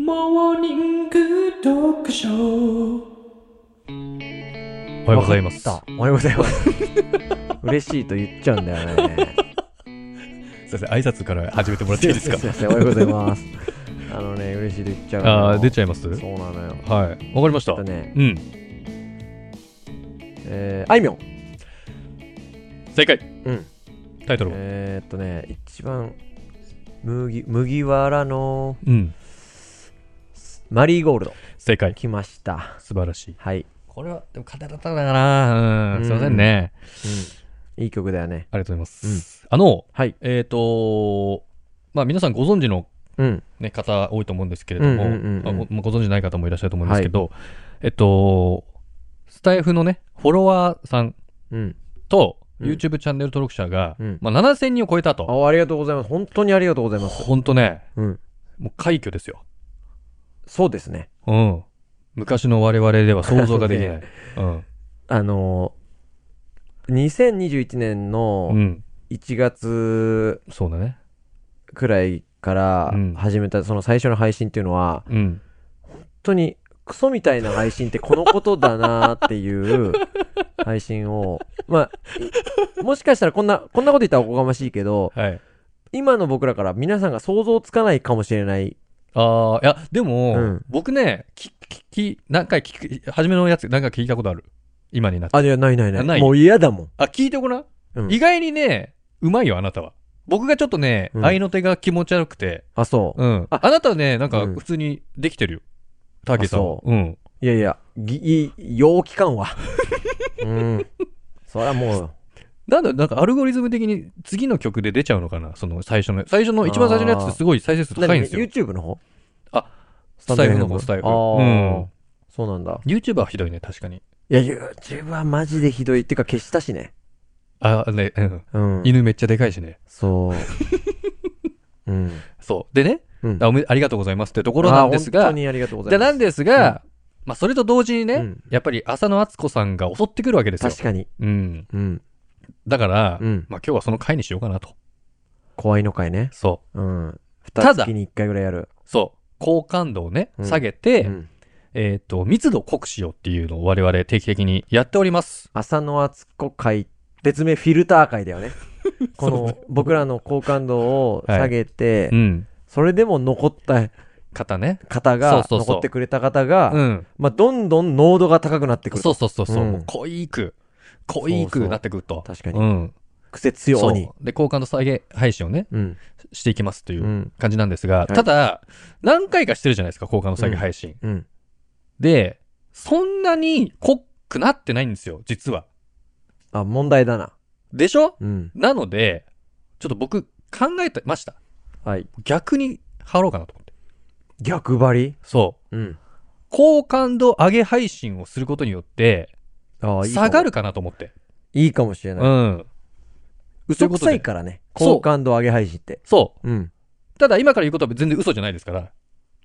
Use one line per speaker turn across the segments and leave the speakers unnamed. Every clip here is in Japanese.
モーニング読書
おはようございます。
わかったおはようございます。嬉しいと言っちゃうんだよね。
すいません、挨拶から始めてもらっていいですか
すいませんおはようございます。あのね、嬉しいと言っちゃうんだよ。
ああー、出ちゃいますはい。
そうなのよ。ち
わかりました。
ょっとね、
うん、
えー、あいみょん。
正解。
うん。
タイトルは、
えー、っとね、一番、麦、麦わらの
うん、
マリーゴールド。
正解。
来ました。
素晴らしい。
はい。
これは、でも、カタカタだからな、う、
うんん
すいませんね。
うん。いい曲だよね。
ありがとうございます。あの、
はい。
えっ、とまあ、皆さんご存知の、
うん。
ね、方多いと思うんですけれども、
うんうんうんうん
あごまあご存知ない方もいらっしゃると思うんですけど、えっと、スタイフのね、フォロワーさん
うん。
と、
うん
YouTube チャンネル登録者が、
うん
まあ、7000人を超えたと。
あ、ありがとうございます。本当にありがとうございます。
ほんとね、
うん。
もう快挙ですよ。
そうですね。
うん。昔の我々では想像ができない。うん。
あのー、2021年の
うん。
1月
そうだね。
くらいから
うん
始めた、その最初の配信っていうのは、
うん。
本当にクソみたいな配信ってこのことだなっていう配信を、 まあ、もしかしたらこんな、こんなこと言ったらおこがましいけど、
はい。
今の僕らから皆さんが想像つかないかもしれない。
ああ、いや、でも、
うん
僕ね、き、き、き、何回聞く、初めのやつ何回聞いたことある。今になって。
あ、いや、ないないない。
ない
もう嫌だもん。
あ、聞いてごらん。
うん
意外にね、うまいよ、あなたは。僕がちょっとね、
うん
合いの手が気持ち悪くて。
あ、そう。
うん。あ
あ
なたはね、なんか
うん
普通にできてるよ。たけさんは
あそ。
うん。
いやいや、ぎ、い陽気 感は。うん。そりゃもう、
なんだ、なんかアルゴリズム的に次の曲で出ちゃうのかなその最初の、最初の、一番最初のやつってすごい再生数高いんですよ。
YouTube の方
スタイフの方、スタイフ。
あ
う
ー
ん。
そうなんだ。
YouTuber はひどいね、確かに。
いや、YouTube はマジでひどい。っていうか消したしね。
あ、ね、うん。
うん。
犬めっちゃでかいしね。
そう。うん。
そう。でね、
うん
あおめありがとうございますってところなんです
あー
が、
本当にありがとうござ
で
います。
なんですが、まあ、それと同時にね、
うん
やっぱり浅野敦子さんが襲ってくるわけですよ。
確かに。
うん。
うん。
だから、
うん。
まあ、今日はその回にしようかなと。
怖いのかいね。
そ
うん。
た
二
だ
月に一回ぐらいやる
う。。そう。好感度をね、
うん
下げて、
うん。
えっ、と、密度を濃くしようっていうのを我々定期的にやっております。
浅野敦子会、別名フィルター会だ よね。こ
そう
の、僕らの好感度を下げて、
うん。
それでも残った
方ね。
方
そう
が、
そうそう
残ってくれた方が、
うん。
まあ、どんどん濃度が高くなってくる
そ
と。
うそうそうそう、
うん
もう濃いく濃い
そう
く
そう
なってくると
確か
う
に。
ん
癖強に
そ。うで好感度下げ配信をね
うん。。
していきますといううん感じなんですが、
い
ただ何回かしてるじゃないですか好感度下げ配信、
うん。
でそんなに濃くなってないんですよ実は
あ、問題だな。
でしょ
うん。
なのでちょっと僕考えてました
はい。
逆に貼ろうかなと思って
逆張り
そう
うん。
好感度上げ配信をすることによって
ああ、いいかも
下がるかなと思って
いいかもしれ
う
ない。
ん
嘘
く
くさいからね。
そう
好感度上げ配信って。
そう
うん。
ただ今から言うことは全然嘘じゃないですから。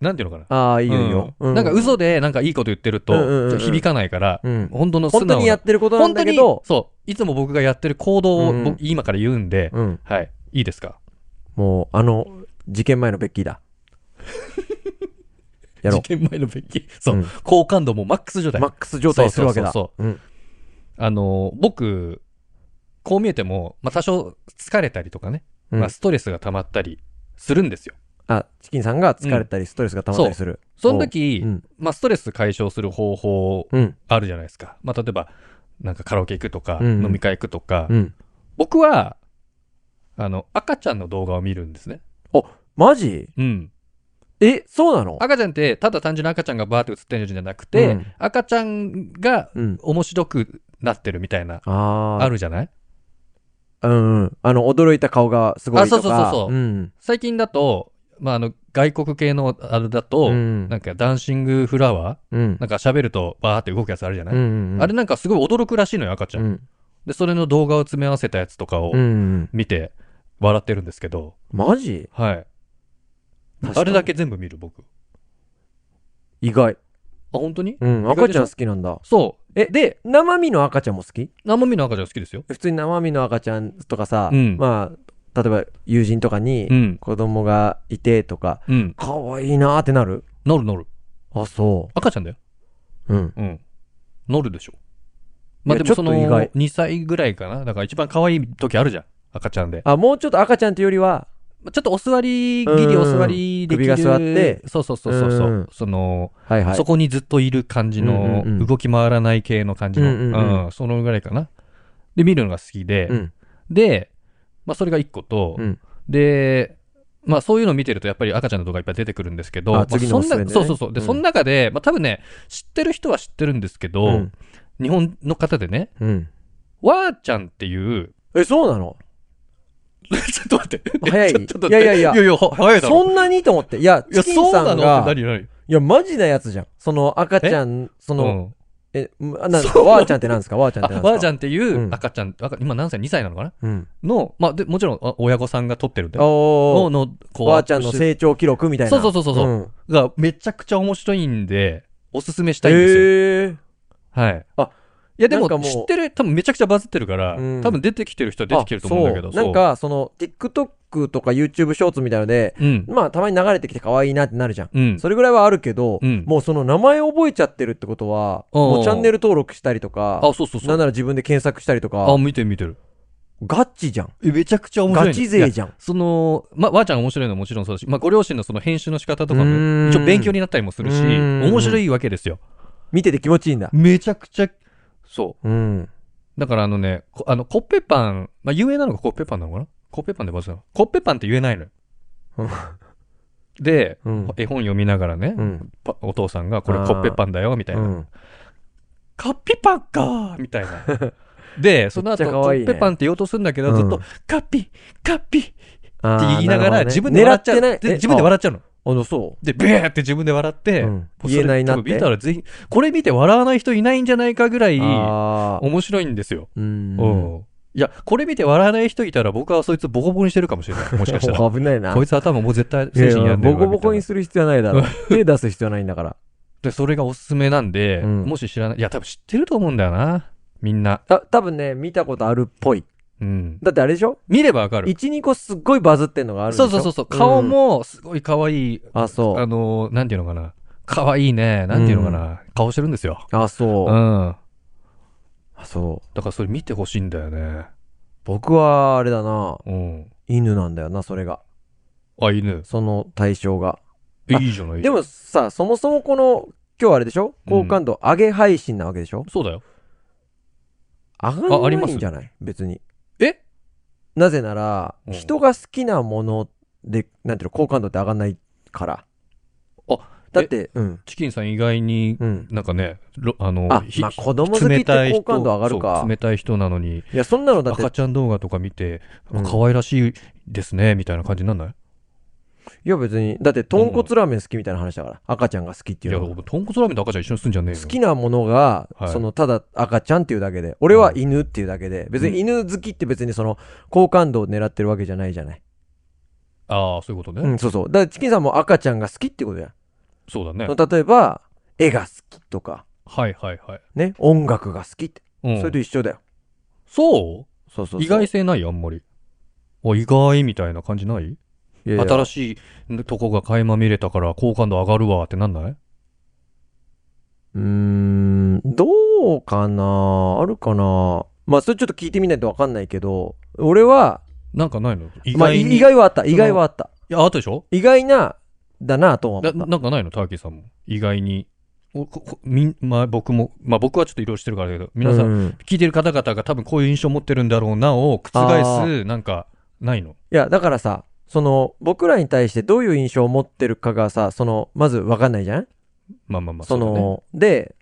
なんていうのかな。
ああ、いいよいいよ。
うん
う
なんか嘘でなんかいいこと言ってると、
うんうんうん
ちょっと響かないから、
うん。
本当の素
本当
直
にや
な
ってることなん
本当
だけ
に
ど、
そう、いつも僕がやってる行動を
うんうん
僕今から言うんで、
うん。
はい、いいですか
もう、あの、事件前のベッキーだ。やろ
事
う。
件前のべき。そう、
うん
好感度もマックス状態。
マックス状態にするわけだ。
そう
うん。
あのー僕、こう見えても、まあ多少疲れたりとかね、
うん
まあストレスが溜まったりするんですよ。
あ、チキンさんが疲れたりストレスが溜まったりする。
その時、
うん。
まあストレス解消する方法
うん。
あるじゃないですか。まあ、例えば、なんかカラオケ行くとか、
うんうん
飲み会行くとか、
うん。
僕は、あの、赤ちゃんの動画を見るんですね。
マジ
うん。
え、そうなの
赤ちゃんって、ただ単純に赤ちゃんがバーって映ってるんじゃなくて、
うん
赤ちゃんが
うん。
面白くなってるみたいな、
ああ。
あるじゃない
うんうん。あの、驚いた顔がすごいとか。
あそうそうそうそう
うん。
最近だと、まあ、あの、外国系のあれだと、
うん
なんかダンシングフラワ
うん
ー。なんか喋るとバーって動くやつあるじゃない、
うんうんうん。
あれなんかすごい驚くらしいのよ、赤ちゃ。
うんん。
で、それの動画を詰め合わせたやつとかを
うんうん。
見て、笑ってるんですけど、
マジ
はい。
確かに
あれだけ全部見る、僕。あ、
意外。
本当に
うん、
意外
赤
で
ち
しょ
ゃん好きなんだ。
そう。
え、で、生身の赤ちゃんも好き
生身の赤ちゃん好きですよ。
普通に生身の赤ちゃんとかさ、
うん
まあ、例えば友人とかに
うん。
子供がいてとか、
うん。
可愛いなーってなる
乗る乗る。
あ、そ
赤ちゃんだよ。
う。うん。
うん。乗るでしょ。まあ、
いや
でもその、
ちょっと意外
2歳ぐらいかな。だから一番可愛い時あるじゃん。赤ちゃんで。
あ、もうちょっと赤ちゃんというよりは、
まあちょっとお座り、ギリお座りできる。
うん首が座って
そうそうそうそうそうう。
ん
その、
はいはい
そ。こにずっといる感じの、
うんうんうん
動き回らない系の感じの、
うんうんうん
そのぐらいかな。で、見るのが好きで、
うん。
で、まあ、それが一個と、
うん
で、まあ、そういうの見てると、やっぱり赤ちゃんの動画いっぱい出てくるんですけど、
あ
まあ
次のおすすめね
そんなそうそうそう。で、
うん
その中で、まあ、多分ね、知ってる人は知ってるんですけど、
うん
日本の方でね、
うん。
わーちゃんって いう、
え、そうなの
ちょっと待 って。
早い
ちょちょっと待って
いやいやいや
いやいや、は早いだろ。
そんなにと思って。いや、
いや、
チキ
そ
ン
う
さ
なんのっ
が
て、何何
いや、マジなやつじゃん。その赤ちゃん、その、
うん
え、あなんですかわーちゃんってなんですかわーちゃんっ
あ、
てなんですか
わーちゃんっていう
うん
赤ちゃん、赤今何歳 ?2 歳なのかな
うん。
の、まあ、で、もちろん、あ親御さんが撮ってるんだよ。
お
の、
ー。
の、こう
わーちゃんの成長記録みたいな。
そうそうそうそうそう
うん。
がめちゃくちゃ面白いんで、おすすめしたいんですよ。
へー。
はい。
あ、
いやでも
なんかもう
知ってる、多分めちゃくちゃバズってるから、
うん
多分出てきてる人は出てきてると思うんだけど、
あそうなんか、その、TikTok とか YouTube ショーツみたいので、
そう、うん。
まあ、たまに流れてきて可愛いなってなるじゃん。
うん。
それぐらいはあるけど、
うん
もうその名前覚えちゃってるってことは、
うん
もうチャンネル登録したりとか、
あ、そうそうそ
なん
う。
なら自分で検索したりと
あ、
か、
見てる見てる。
ガチじゃん。
えめちゃくちゃ面白いね、
ガチ勢
いや
じゃん。
その、ま、わーちゃんが面白いのはもちろんそうだし、まあ、ご両親のその編集の仕方とか
うー
も、
ん
一応勉強になったりもするし、
うーん
面白いわけですよ。
見てて気持ちいいんだ。
めちゃくちゃ、そ
うん。
う。だからあのね、こあの、コッペパン、まあ、有名なのがコッペパンなのかなコッペパンでバズるのコッペパンって言えないのよ
うん。
で、
うん。
絵本読みながらね、
うん。
パお父さんが、これコッペパンだよ、みたいうな。
ん。
カッピパンかーみたい な。で、その後、
めっちゃ
コ
可愛い
ッ
ね
ペパンって言おうとするんだけど、
うん
ずっと、カッピ、カッピって
あー
言いながら、
るほどね
自分で笑っちゃう。
狙って
で
ない。
自分で
っ
笑っちゃうの。
あ、のそ
で、ビーって自分で笑って、
う。う
も
ん
うそれ
言えないな
多
っ
分
て。
見たらぜひ、これ見て笑わない人いないんじゃないかぐらい、
あー
面白いんですよ。
うん。
うん。いや、これ見て笑わない人いたら、僕はそいつボコボコにしてるかもしれ ない。もしかしたら。
危ないな。
こいつ頭もう絶対
いや
精
い
神
や
病んでる
ボ
わみ
コボ
たい
コ
な
にする必要はない だろ。手出す必要はないんだから。
で、それがおすすめなんで、
うん
もし知らない、いや、多分知ってると思うんだよな。みんな。
た、多分ね、見たことあるっぽい。
うん。
だってあれでしょ
見ればわかる。
一、二個すっごいバズってんのがあるでし
そ
ょ
うそうそうそう。顔。もすごい可愛い、
うんあ、そ
あ
う。
のー、なんていうのかな。可愛いね。なんていうのかな。顔してるんですよ。
あ、
うん。
そう。
だ
あ、そう。
からそれ見てほしいんだよね。
僕は、あれだな。
うん。
犬なんだよな、それが。
あ、犬。
その対象が。
い
あ
いじゃない。
で、もさ、そもそもこの、今日あれでしょ好感度上げ配信なわけでしょ、
そうだよ。
上が
ああ
ら
りま
ない
す
んじゃない別に。
え
なぜなら、
うん
人が好きなもので、なんていうの、好感度って上がんないから。
あ、
だって、うん。
チキンさん意外に、
うん。
なんかね、ろあの、
あ、
ひ
まあ、子供好きって
冷たい人
好感度上がる
そ
か
う。冷たい人なのに、
いや、そんなのだって
赤、ちゃん動画とか見て、
うん
可愛らしいですね、みたいな感じになんない
いや別に、だって、豚骨ラーメン好きみたいな話だから。赤ちゃんが好きって
い
いう
や、
のは
俺豚骨ラーメンと赤ちゃん一緒にすんじゃねえよ。
好きなものが、
はい
その、ただ赤ちゃんっていうだけで、俺は犬っていうだけで、別に犬好きって別にその、好感度を狙ってるわけじゃないじゃない。
ああ、そういうことね。
うん、そうそう。だからチキンさんも赤ちゃんが好きってことじゃん。
そうだね。
その例えば、絵が好きとか、
はいはいはい。
ね、音楽が好きって、
うん、
それと一緒だよ。
そう
そうそうそう
意外性ないよあんまり。あ意外みたいな感じない
いやいや
新しいとこが垣間見れたから好感度上がるわってなんないう
ーん、どうかなあるかなまあ、それちょっと聞いてみないとわかんないけど、俺は、
なんかないの意
まあ、
外に。
意外はあった。意外はあった。
いや、あったでしょ
意外な、だなとは思
な
った。
なんかないのターキーさんも。意外に。おここみんまあ、僕も、まあ僕はちょっといろいろしてるからだけど、皆さん、
うんい
聞いてる方々が多分こういう印象を持ってるんだろうなを覆
あ
す、なんか、ないの
や、だからさ、その、僕らに対してどういう印象を持ってるかがさ、その、まずわかんないじゃん
まあまあまあ、
そ
そうだね
の、で、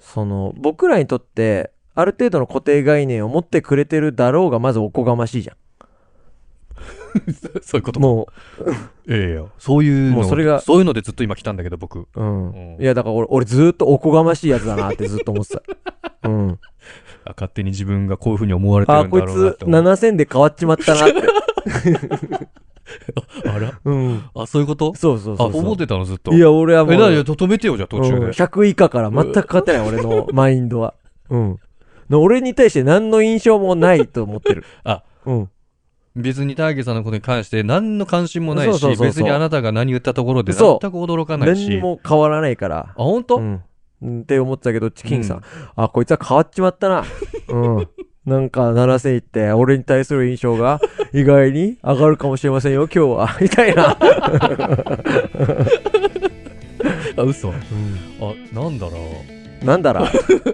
その、僕らにとって、ある程度の固定概念を持ってくれてるだろうが、まずおこがましいじゃ
そういうこ
ん。
と。
も
いやいや、そういうの、
もうそれが
そういうのでずっと今来たんだけど、僕。
う、うん。
うん
いや、だから俺、俺ずーっとおこがましいやつだなってずっと思って た。うん。
あ勝手に自分がこういうふうに思われて
あ
る
ー、
んだ
こい
ろうなっ
つ
て思う。
7000で変わっちまったなって。
あら
うん。
あ、 そういうこと
そうそうそうそう。
あ、思ってたのずっと。
いや、俺はもう、
え、だいや、と止めてよ、じゃあ途中
うん
で。
100以下から全く変わってない、俺のマインド は。うん。の俺に対して何の印象もないと思ってる。
あ、
うん。
別にターゲさんのことに関して何の関心もないし、
そうそうそうそう
別にあなたが何言ったところで全く
そう
驚かない
何に
し。あ、
も変わらないから。
本当、
うん。うんって思ってたけど、チキンさん。
うん
あ、こいつは変わっちまっ たな。うん。なんか、七世って、俺に対する印象が、意外に上がるかもしれませんよ、今日は。 みたいな。
あ、嘘。あ、
う
なんだろう。
ん。なん だら。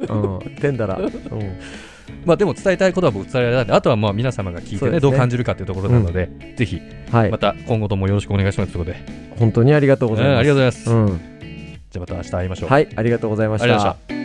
うん。てんだら。うん。
まあでも伝えたいことは僕伝えられたんで、あとはまあ皆様が聞いて
そう
ね、
です
ど
ね
う感じるかっていうところなので、ぜひ、
はい
ま。た今後ともよろしくお願いしますということで。
本当にありがとうご
うん
ざいます。
ありがとうございます。
うん。
じゃあまた明日会いましょう。
はい、ありがとうございま
あ
し
りがとうございましたた。。